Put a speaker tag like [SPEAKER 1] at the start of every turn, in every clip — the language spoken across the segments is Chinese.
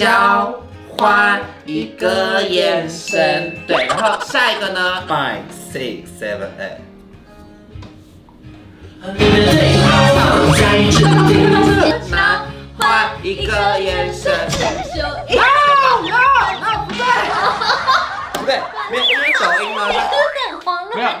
[SPEAKER 1] 交换一个眼神，对，然后下一个呢？
[SPEAKER 2] Five, six, seven, eight。
[SPEAKER 1] 拿换一个眼神。
[SPEAKER 3] 手，
[SPEAKER 1] No no no，不对，
[SPEAKER 2] 不对，啊没有因为走音吗？
[SPEAKER 3] 有点慌
[SPEAKER 1] 没有
[SPEAKER 3] 乱。。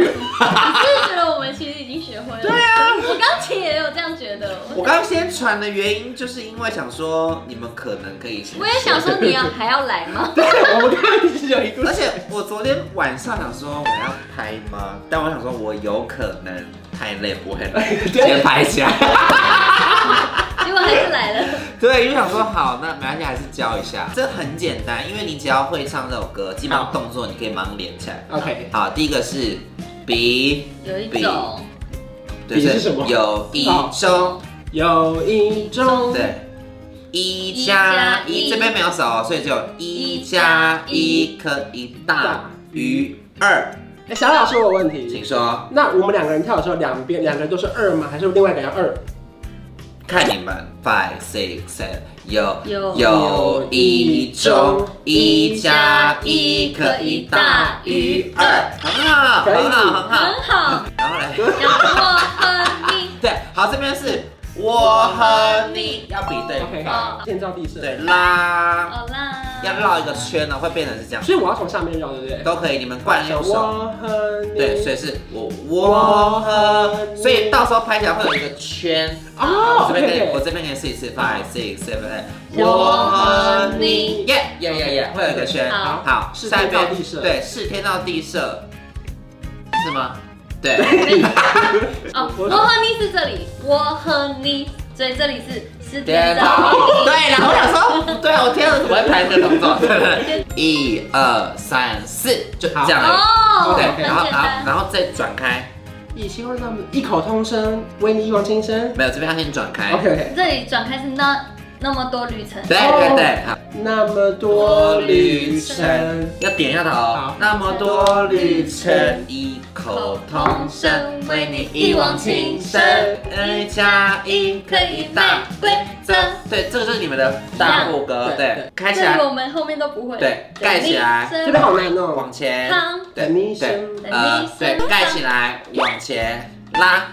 [SPEAKER 3] 是觉得我们其实已经学会了。对啊，我刚其实也有这样觉得。
[SPEAKER 2] 我刚刚先传的原因，就是因为想说你们可能可以先学。
[SPEAKER 3] 我也想说，你要还要来 吗？
[SPEAKER 4] 对，我们刚刚其实有一度
[SPEAKER 2] 而，且我昨天晚上想说我要拍吗？但我想说我有可能太累不会来，先拍起来。
[SPEAKER 3] 结果还是来了。
[SPEAKER 2] 对，因为想说好，那没关系，还是教一下。这很简单，因为你只要会唱这首歌，基本上动作你可以马上连起来。
[SPEAKER 4] OK
[SPEAKER 2] 好，第一个是鼻，
[SPEAKER 3] 有一种
[SPEAKER 2] 对
[SPEAKER 4] 鼻是什么
[SPEAKER 2] 有一中，
[SPEAKER 4] 有一种
[SPEAKER 2] 对，一
[SPEAKER 3] 一
[SPEAKER 2] 加
[SPEAKER 3] 加
[SPEAKER 2] 一，
[SPEAKER 3] 一
[SPEAKER 2] 这边没有手，所以只有一加一可以大于二，
[SPEAKER 4] 哎小赖老师，我有问
[SPEAKER 2] 请
[SPEAKER 4] 题。
[SPEAKER 2] 说，
[SPEAKER 4] 那我们两个人跳的时候，两边两个人都是二吗？还是另外一个要二？
[SPEAKER 2] 看你们，five six seven，有
[SPEAKER 3] 有
[SPEAKER 2] 有一种一加一可以大于二，很好，
[SPEAKER 4] 可以
[SPEAKER 2] 很好，很好
[SPEAKER 3] 很。好，
[SPEAKER 2] 然后来，
[SPEAKER 3] 然后我和你
[SPEAKER 2] 对，好，这边是我和你要比对
[SPEAKER 4] OK，
[SPEAKER 2] 方，
[SPEAKER 4] 建造地势。
[SPEAKER 2] 对拉，
[SPEAKER 3] 好啦，
[SPEAKER 2] 要绕一个圈呢，会变成是这样，
[SPEAKER 4] 所以我要从下面绕，对不对？
[SPEAKER 2] 都可以，你们惯用手。
[SPEAKER 4] 我和你。
[SPEAKER 2] 对，所以是我我和，所以到时候拍起来会有一个圈。
[SPEAKER 4] 哦
[SPEAKER 2] 我啊这边给你，我
[SPEAKER 4] ，OK。
[SPEAKER 2] 这边给你试一次，five six seven eight，
[SPEAKER 3] 我
[SPEAKER 2] 我
[SPEAKER 3] 和
[SPEAKER 2] 和
[SPEAKER 3] 你
[SPEAKER 2] 耶耶耶耶，会有一个圈。
[SPEAKER 3] 好
[SPEAKER 2] 好，
[SPEAKER 4] 是
[SPEAKER 2] 下一
[SPEAKER 4] 天
[SPEAKER 2] 边
[SPEAKER 4] 造地设
[SPEAKER 2] 对，是天造地设，是吗？对，
[SPEAKER 3] 哦，我和你是这里，我和你，所以这里是是天
[SPEAKER 2] 造
[SPEAKER 3] 造。
[SPEAKER 2] 对啦，我想说，对啊，我天啊，我会排这个动作， 对对对，一二三四，就这样而已。，
[SPEAKER 3] 哦
[SPEAKER 4] OK，
[SPEAKER 2] 对，然后
[SPEAKER 3] 很
[SPEAKER 2] 然后
[SPEAKER 3] 简单
[SPEAKER 2] 然后再转开，
[SPEAKER 4] 以希望他们异口同声，为你一往情深。
[SPEAKER 2] 没有，这边要先转开。
[SPEAKER 4] OK 哦 OK。
[SPEAKER 3] 这里转开是那那么多旅程。
[SPEAKER 2] 对对对，好，
[SPEAKER 4] 那么多旅程，
[SPEAKER 2] 要点一下头
[SPEAKER 4] 好。
[SPEAKER 2] 那么多旅程，异口同声，为你一往情深。二加一可以大
[SPEAKER 3] 规
[SPEAKER 2] 这对，这个就是你们的大副歌，
[SPEAKER 4] 对
[SPEAKER 2] 对
[SPEAKER 4] 对，
[SPEAKER 2] 开起
[SPEAKER 3] 这
[SPEAKER 2] 来
[SPEAKER 3] 里，我们后面都不会。
[SPEAKER 2] 对盖起来
[SPEAKER 3] 等
[SPEAKER 4] 这
[SPEAKER 3] 你身
[SPEAKER 4] 边好难哦
[SPEAKER 2] 往。前，
[SPEAKER 3] 旁
[SPEAKER 2] 对
[SPEAKER 4] 等你
[SPEAKER 2] 对
[SPEAKER 4] 身，
[SPEAKER 2] 呃，对
[SPEAKER 3] 等你身，
[SPEAKER 2] 盖起来，往前拉，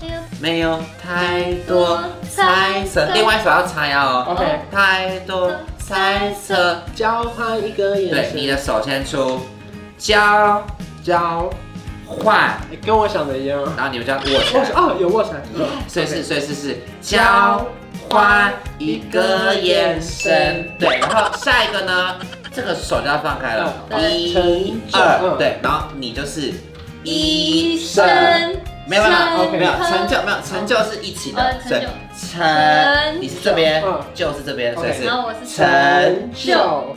[SPEAKER 3] 没有
[SPEAKER 2] 没有太多猜测，另外一首要猜哦，
[SPEAKER 4] OK，
[SPEAKER 2] 太多猜测，
[SPEAKER 4] 交换一个眼
[SPEAKER 2] 对，
[SPEAKER 4] 神。
[SPEAKER 2] 你的手先出，交
[SPEAKER 4] 交，
[SPEAKER 2] 换，
[SPEAKER 4] 哎跟我想的一样。
[SPEAKER 2] 然后你们就要握起
[SPEAKER 4] 握
[SPEAKER 2] 来，
[SPEAKER 4] 手哦，有握手。
[SPEAKER 2] 所以是所以是是交换一个眼神，对，然后下一个呢，这个手就要放开了，
[SPEAKER 3] 对
[SPEAKER 2] 一
[SPEAKER 4] 乘
[SPEAKER 2] 二，
[SPEAKER 4] 嗯
[SPEAKER 2] 对，然后你就是
[SPEAKER 3] 一生
[SPEAKER 2] 没有没有
[SPEAKER 4] ，OK
[SPEAKER 2] 没有成就没有成就是一起的
[SPEAKER 3] 哦，成就
[SPEAKER 2] 对，成你是这边
[SPEAKER 4] 嗯，
[SPEAKER 2] 就是这边，所以
[SPEAKER 4] OK
[SPEAKER 2] 是
[SPEAKER 3] 然后我是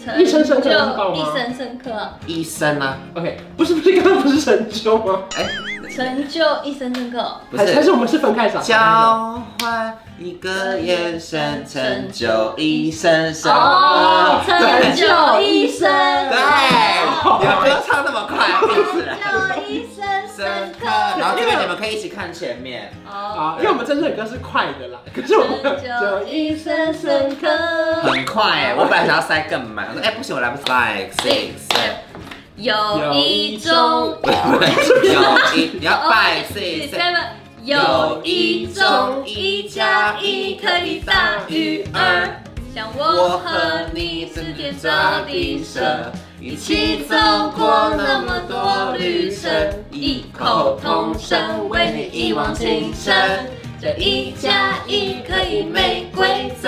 [SPEAKER 2] 成
[SPEAKER 4] 一生深刻是爆
[SPEAKER 3] 一
[SPEAKER 4] 吗
[SPEAKER 3] 生深刻啊，
[SPEAKER 2] 医生啊，
[SPEAKER 4] ？OK，不是不是，刚刚不是成就吗？
[SPEAKER 2] 哎，
[SPEAKER 3] 成就一生深刻哦。
[SPEAKER 2] 不
[SPEAKER 4] 还是还
[SPEAKER 2] 是
[SPEAKER 4] 是我们是分开找。
[SPEAKER 2] 交换一个眼神，成就一生生
[SPEAKER 3] 哦，
[SPEAKER 4] 啊
[SPEAKER 2] 活。
[SPEAKER 3] 成就一生，
[SPEAKER 2] 对，你们不要唱那么快，闭起来。
[SPEAKER 3] 成就一生深
[SPEAKER 2] 深刻，
[SPEAKER 3] 刻。
[SPEAKER 2] 然后这边你们可以一起看前面，
[SPEAKER 3] 哦，
[SPEAKER 4] 啊，因为我们真正的歌是快的啦，可是我们
[SPEAKER 3] 成就一生深刻。
[SPEAKER 2] 很快哎，我本来想要塞更慢，我说哎不行，我来不 five six seven，
[SPEAKER 3] 有一种
[SPEAKER 2] 有一你要 five six seven。
[SPEAKER 3] 有一种一加一可以大于二，像我
[SPEAKER 2] 我
[SPEAKER 3] 和
[SPEAKER 2] 和
[SPEAKER 3] 你
[SPEAKER 2] 你
[SPEAKER 3] 指
[SPEAKER 2] 指
[SPEAKER 3] 天
[SPEAKER 2] 天
[SPEAKER 3] 造
[SPEAKER 2] 造
[SPEAKER 3] 地
[SPEAKER 2] 地
[SPEAKER 3] 设
[SPEAKER 2] 设，，
[SPEAKER 3] 一
[SPEAKER 2] 一
[SPEAKER 3] 起
[SPEAKER 2] 起
[SPEAKER 3] 走
[SPEAKER 2] 走
[SPEAKER 3] 过
[SPEAKER 2] 过
[SPEAKER 3] 那
[SPEAKER 2] 那
[SPEAKER 3] 么
[SPEAKER 2] 么
[SPEAKER 3] 多
[SPEAKER 2] 多
[SPEAKER 3] 旅
[SPEAKER 2] 旅
[SPEAKER 3] 程
[SPEAKER 2] 程，
[SPEAKER 3] 异
[SPEAKER 2] 异
[SPEAKER 3] 口
[SPEAKER 2] 口
[SPEAKER 3] 同
[SPEAKER 2] 同
[SPEAKER 3] 声
[SPEAKER 2] 声
[SPEAKER 3] 为
[SPEAKER 2] 为
[SPEAKER 3] 你
[SPEAKER 2] 你
[SPEAKER 3] 一
[SPEAKER 2] 一
[SPEAKER 3] 往
[SPEAKER 2] 往
[SPEAKER 3] 情
[SPEAKER 2] 情
[SPEAKER 3] 深
[SPEAKER 2] 深。
[SPEAKER 3] 这一加一可以没规则，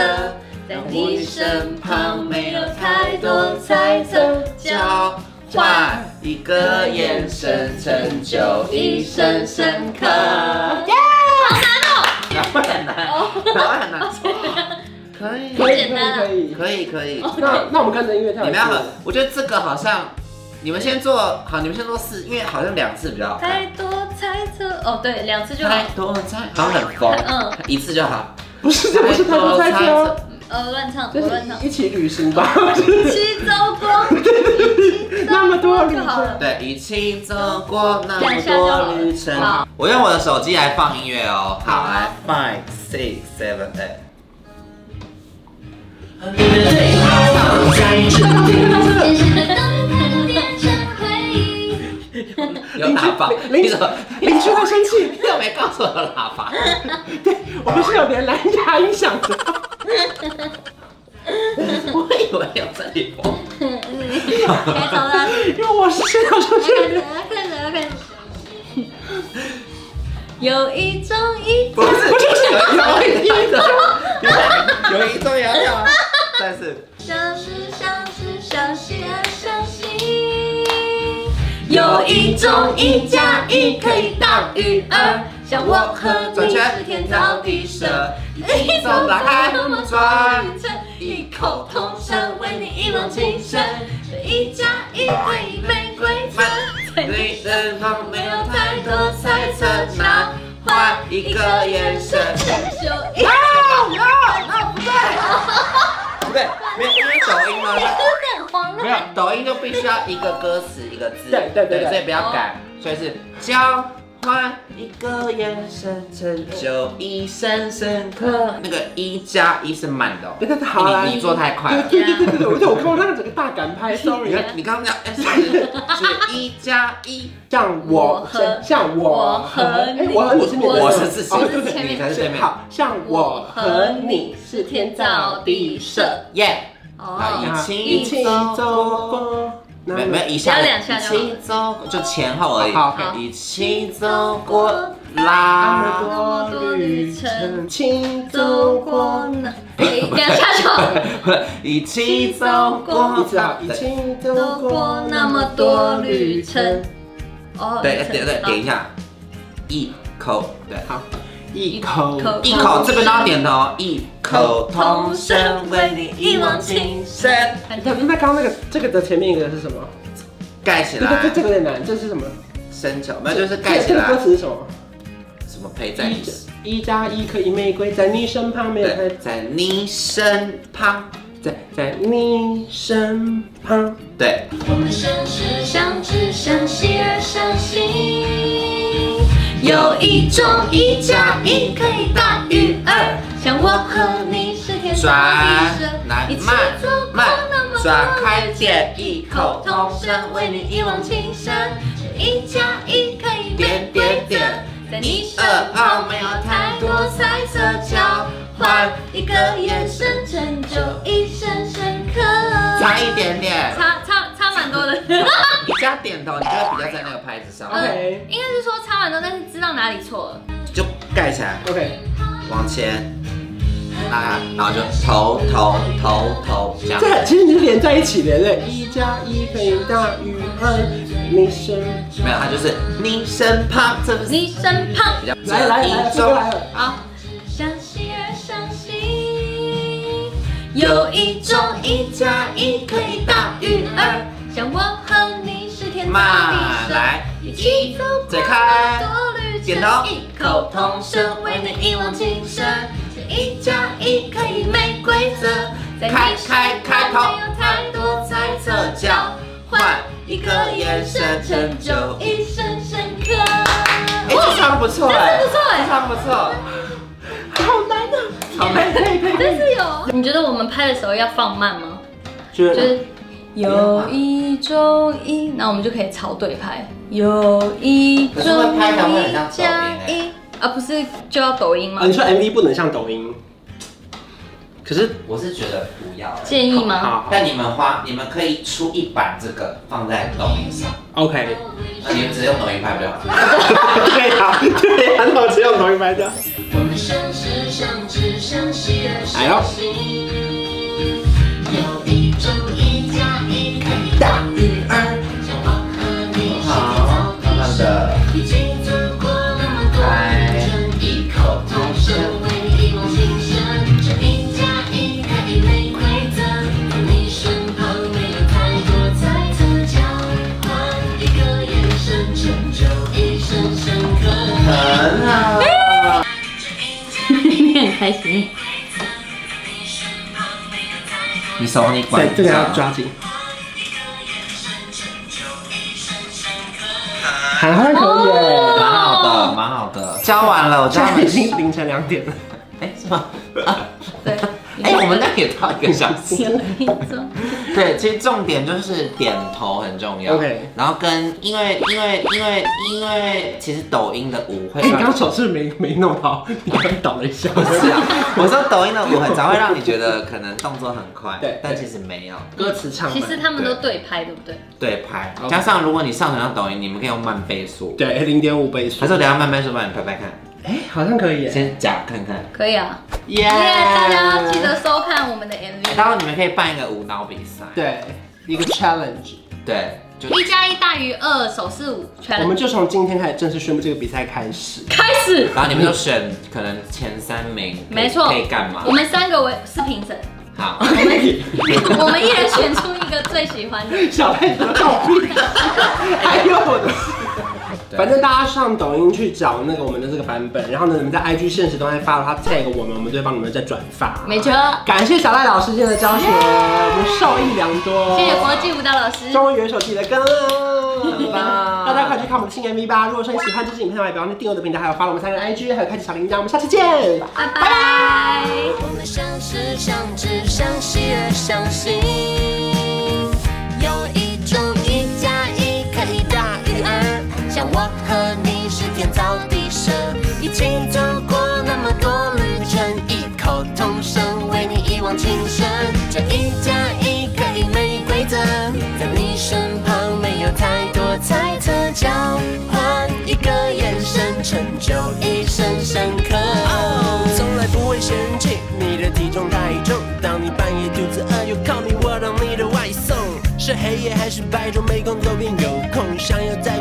[SPEAKER 3] 在你身旁没有太多猜测，交
[SPEAKER 2] 交换一个眼神，成就一生深刻。
[SPEAKER 3] 耶，
[SPEAKER 2] 然后很难，然后很难，可以，
[SPEAKER 4] 可以
[SPEAKER 3] 简
[SPEAKER 4] 可
[SPEAKER 3] 单啊
[SPEAKER 4] 以可
[SPEAKER 2] 可以，
[SPEAKER 4] 以。
[SPEAKER 2] 可以。
[SPEAKER 4] 那那我们跟着音乐跳
[SPEAKER 2] 你
[SPEAKER 4] 一
[SPEAKER 2] 们要很
[SPEAKER 4] 次。，
[SPEAKER 2] 我觉得这个好像，你们先做好，你们先做四，因为好像两次比较好看
[SPEAKER 3] 太。多猜测，哦对，两次就好
[SPEAKER 2] 太，多猜，好像很疯，
[SPEAKER 3] 嗯
[SPEAKER 2] 一次就好。
[SPEAKER 4] 不是，这不是太多猜测哦，
[SPEAKER 3] 呃乱唱，我
[SPEAKER 4] 就
[SPEAKER 3] 乱唱
[SPEAKER 4] 是。一起旅行吧。
[SPEAKER 3] 一起走过，
[SPEAKER 4] 那么多旅
[SPEAKER 3] 就好
[SPEAKER 4] 程
[SPEAKER 3] 了。
[SPEAKER 2] 对，一起走过那么多旅程。我用我的手机来放音乐哦。好，来，five six seven eight。
[SPEAKER 3] 现实的灯光变成回忆。
[SPEAKER 2] 有喇叭，
[SPEAKER 4] 邻
[SPEAKER 2] 你
[SPEAKER 4] 居
[SPEAKER 2] 怎么
[SPEAKER 4] 邻居会生气，
[SPEAKER 2] 又没告诉我有喇叭？
[SPEAKER 4] 我们是有连蓝牙音响的。
[SPEAKER 2] 我以为有这里播。
[SPEAKER 3] 开头了，
[SPEAKER 4] 因为我是先要说
[SPEAKER 3] 开
[SPEAKER 4] 这
[SPEAKER 3] 始
[SPEAKER 4] 个，
[SPEAKER 3] 了，开始了，开始了。有一种一
[SPEAKER 2] 不是，有一有一种， 有一种也要跳啊，但是
[SPEAKER 3] 相识，相识，相惜而相惜。有一种一加一可以大于二，像我和
[SPEAKER 2] 转
[SPEAKER 3] 你
[SPEAKER 2] 圈
[SPEAKER 3] 是天造地设。
[SPEAKER 2] 一种打开转。
[SPEAKER 3] 一口同声，为你一往情深。这一加一可以玫瑰色，在你
[SPEAKER 2] 你身旁没
[SPEAKER 3] 没
[SPEAKER 2] 有
[SPEAKER 3] 有
[SPEAKER 2] 太
[SPEAKER 3] 太
[SPEAKER 2] 多
[SPEAKER 3] 多
[SPEAKER 2] 猜
[SPEAKER 3] 猜
[SPEAKER 2] 测
[SPEAKER 3] 测，，
[SPEAKER 2] 哪
[SPEAKER 3] 哪
[SPEAKER 2] 换
[SPEAKER 3] 换
[SPEAKER 2] 一
[SPEAKER 3] 一
[SPEAKER 2] 个
[SPEAKER 3] 个
[SPEAKER 2] 眼
[SPEAKER 3] 眼
[SPEAKER 2] 神
[SPEAKER 3] 神。
[SPEAKER 2] No no no，不对，不对，没有，因为抖音呢，
[SPEAKER 3] 有点 慌
[SPEAKER 2] 没有抖音就必须要一个歌词一个字，
[SPEAKER 4] 对对对对
[SPEAKER 2] 所以不要改，所以是交换一个眼神，成就一生深刻。那个一加一是慢的哦，
[SPEAKER 4] 对对对好啊啦
[SPEAKER 2] 你你做太快了。
[SPEAKER 4] 对对对对对，我就我跟我那个整个大赶拍
[SPEAKER 2] 你
[SPEAKER 4] ，sorry
[SPEAKER 2] 看。，你刚刚那样哎是是一加一，
[SPEAKER 4] 像我和像我和哎，我和你是面对面
[SPEAKER 2] 我是自己
[SPEAKER 4] 哦对对对，
[SPEAKER 2] 你才是对面。
[SPEAKER 4] 好像我和你是天造地设，
[SPEAKER 2] 耶！
[SPEAKER 3] 哦，
[SPEAKER 2] 好
[SPEAKER 4] 一起走过。
[SPEAKER 2] 没没有一下
[SPEAKER 3] 只要两下
[SPEAKER 2] 一
[SPEAKER 3] 就好
[SPEAKER 2] 起走过就前后而已。
[SPEAKER 4] 好啊
[SPEAKER 3] 好
[SPEAKER 2] 一起走过啦。
[SPEAKER 4] 那么多旅程，请走过。
[SPEAKER 3] 哎，两下就好。
[SPEAKER 2] 一起走过，
[SPEAKER 4] 一次啊，一
[SPEAKER 2] 对
[SPEAKER 4] 起走过那么多旅程。
[SPEAKER 3] 哦，
[SPEAKER 2] 对对对，点一下，一口对，
[SPEAKER 4] 好，一口
[SPEAKER 3] 口
[SPEAKER 2] 一口这边都要点头，一口同声为你一往情深，
[SPEAKER 4] 那哎那刚刚那个这个的前面一个是什么？
[SPEAKER 2] 盖起
[SPEAKER 4] 这个这
[SPEAKER 2] 来
[SPEAKER 4] 这，个有点难，这是什么？
[SPEAKER 2] 深球没有就是盖起
[SPEAKER 4] 这个
[SPEAKER 2] 来
[SPEAKER 4] 歌，词是什么？
[SPEAKER 2] 什么陪在你
[SPEAKER 4] 一加一可以玫瑰在你身旁，没有
[SPEAKER 2] 对
[SPEAKER 4] 开，
[SPEAKER 2] 在你身旁，
[SPEAKER 4] 在在你身旁。
[SPEAKER 2] 对，
[SPEAKER 3] 我们相识、相知、相惜而相信，有一种一加一可以大于二，像我和你是天造地
[SPEAKER 2] 转
[SPEAKER 3] 设，
[SPEAKER 2] 来
[SPEAKER 3] 一起
[SPEAKER 2] 慢
[SPEAKER 3] 做过
[SPEAKER 2] 慢
[SPEAKER 3] 那么多
[SPEAKER 2] 转开
[SPEAKER 3] 的
[SPEAKER 2] 简
[SPEAKER 3] 事
[SPEAKER 2] 易
[SPEAKER 3] 异
[SPEAKER 2] 口
[SPEAKER 3] 口
[SPEAKER 2] 同
[SPEAKER 3] 同
[SPEAKER 2] 声
[SPEAKER 3] 声，为你一往情深，这一加一可以变
[SPEAKER 2] 点
[SPEAKER 3] 规
[SPEAKER 2] 点
[SPEAKER 3] 则
[SPEAKER 2] 点，
[SPEAKER 3] 在你身
[SPEAKER 2] 二
[SPEAKER 3] 旁没有太多猜测交换，一个眼神成就一生深刻。
[SPEAKER 2] 差一点点，
[SPEAKER 3] 差差差蛮多的，
[SPEAKER 2] 你加点头，你就会比较在那个拍子上，
[SPEAKER 4] OK
[SPEAKER 3] 嗯，应该是说差蛮多，但是知道哪里错了。
[SPEAKER 2] 就盖起来，
[SPEAKER 4] OK，
[SPEAKER 2] 往前，啊，然后就头头头头这样，
[SPEAKER 4] 这其实你是连在一起的，对，一加一可以大于二，你身
[SPEAKER 2] 没有，它就是你身旁，这不是
[SPEAKER 3] 你身旁
[SPEAKER 2] 比较
[SPEAKER 4] 来来来，
[SPEAKER 2] 一
[SPEAKER 4] 这个来
[SPEAKER 2] 中，
[SPEAKER 4] 了，
[SPEAKER 3] 啊，相信而相信，有一种一加一可以大于二，像我和你是天造
[SPEAKER 2] 慢
[SPEAKER 3] 地设，
[SPEAKER 2] 来，
[SPEAKER 3] 一起走过
[SPEAKER 2] 解开
[SPEAKER 3] 多旅程，
[SPEAKER 2] 剪刀
[SPEAKER 3] 异口同声为你一往情深，这一加一可以没规则，在
[SPEAKER 2] 开
[SPEAKER 3] 你身
[SPEAKER 2] 开开头
[SPEAKER 3] 旁没有太多猜测交换，一个眼神成就一生深刻。
[SPEAKER 2] 哎，这唱不错哎，
[SPEAKER 3] 真的不错哎
[SPEAKER 2] 这唱不错，
[SPEAKER 4] 好难啊！
[SPEAKER 2] 好美，
[SPEAKER 4] 可以可以可以
[SPEAKER 3] 真是有。你觉得我们拍的时候要放慢吗？
[SPEAKER 4] 就
[SPEAKER 3] 就是有一种一，那我们就可以朝对拍。有一种
[SPEAKER 2] 可是会拍的会很像抖音
[SPEAKER 3] 加一啊，不是就要抖音吗
[SPEAKER 4] 啊，？你说 MV 不能像抖音，可是
[SPEAKER 2] 我是觉得不要哎。
[SPEAKER 3] 建议 吗？
[SPEAKER 4] 好
[SPEAKER 2] 但你们花，你们可以出一版这个放在抖音上，
[SPEAKER 4] OK，
[SPEAKER 2] 那你们直接用抖音拍不就好了？
[SPEAKER 4] 对呀对啊呀，那我只用抖音拍的。
[SPEAKER 3] 我们相识、相知、相惜而
[SPEAKER 4] 哎呦
[SPEAKER 3] 相信。有一种一加一可以大于二，像我和你是天造
[SPEAKER 2] 好，慢慢的，
[SPEAKER 3] 一起走过那么多
[SPEAKER 2] 来
[SPEAKER 3] 人生，异口同声为你一往情深。这一加一可以没规则，在你身旁没有太多猜测交换，一个眼神成就一生深刻。
[SPEAKER 2] 很好。
[SPEAKER 3] 你很开心，
[SPEAKER 2] 你手你管
[SPEAKER 4] 对，哎这个要抓紧。好像可以耶，
[SPEAKER 2] 蛮好的，蛮好的。教完了，我教他
[SPEAKER 4] 现在已
[SPEAKER 2] 们
[SPEAKER 4] 经凌晨两点了。
[SPEAKER 2] 哎，是吗？啊
[SPEAKER 3] 对，
[SPEAKER 2] 哎、我们那也到一个小 时。
[SPEAKER 3] 你说
[SPEAKER 2] 对，其实重点就是点头很重要。
[SPEAKER 4] OK
[SPEAKER 2] 然后跟因为因为因为因为其实抖音的 舞会
[SPEAKER 4] 哎，你
[SPEAKER 2] 让，
[SPEAKER 4] 刚刚手是不是没没弄好，你刚刚倒了一下。
[SPEAKER 2] 不是啊，我说抖音的舞很常会让你觉得可能动作很快，
[SPEAKER 4] 对
[SPEAKER 2] 但
[SPEAKER 4] 对
[SPEAKER 2] 其实没有。
[SPEAKER 4] 歌词唱
[SPEAKER 3] 其
[SPEAKER 4] 完
[SPEAKER 3] 实他们都对拍，对不对？
[SPEAKER 2] 对拍
[SPEAKER 4] OK
[SPEAKER 2] 加上如果你上传到抖音，你们可以用慢倍速，
[SPEAKER 4] 对零点五倍速
[SPEAKER 2] 还，是我等一下慢倍速帮你拍拍看，
[SPEAKER 4] 哎，好像可以耶。
[SPEAKER 2] 先假看看。
[SPEAKER 3] 可以啊，
[SPEAKER 2] 耶、
[SPEAKER 3] 耶！大家要记得收看我们的 MV。
[SPEAKER 2] 然后你们可以办一个舞蹈比赛，
[SPEAKER 4] 对，一个 challenge，
[SPEAKER 2] 对，就
[SPEAKER 3] 一加一大于二，手势舞
[SPEAKER 4] 我
[SPEAKER 3] 全
[SPEAKER 4] 们就从今天开始正式宣布这个比赛开始。
[SPEAKER 3] 开始。
[SPEAKER 2] 然后你们就选可能前三名，可以
[SPEAKER 3] 没错
[SPEAKER 2] 可以干嘛
[SPEAKER 3] 我？们三个为是评审，
[SPEAKER 2] 好，
[SPEAKER 3] 我们一人选出一个最喜欢的。
[SPEAKER 4] 小太子倒 闭，还有哎我的事。
[SPEAKER 2] 对
[SPEAKER 4] 反正大家上抖音去找那个我们的这个版本，然后呢，你们在 IG 现实动态发了，他 tag 我们，我们就会帮你们再转发。
[SPEAKER 3] 没错
[SPEAKER 4] 感谢小赖老师今天的教学，我们受益良多。
[SPEAKER 3] 谢谢国际舞蹈老师，
[SPEAKER 4] 终于有一首自己的歌了，
[SPEAKER 2] 很棒
[SPEAKER 4] 大家快去看我们的新 MV 吧！如果说你喜欢这支影片的话，也不要忘记订阅我的频道，还有发我们三个人 IG，还有开启小铃铛。我们下期见，
[SPEAKER 3] 拜拜。
[SPEAKER 5] 我们相识、相知、相惜而相信，有一种一加一可以大于二，像我和你是天造地设，一起走过那么多旅程，异口同声为你一往情深。这一加一可以没规则，在你身旁没有太多猜测，交换一个眼神，成就一生深刻。从来不会嫌弃你的体重太重。当你半夜肚子饿，又 call 你，我当你的外送。是黑夜还是白昼，没空都便有空，想要在。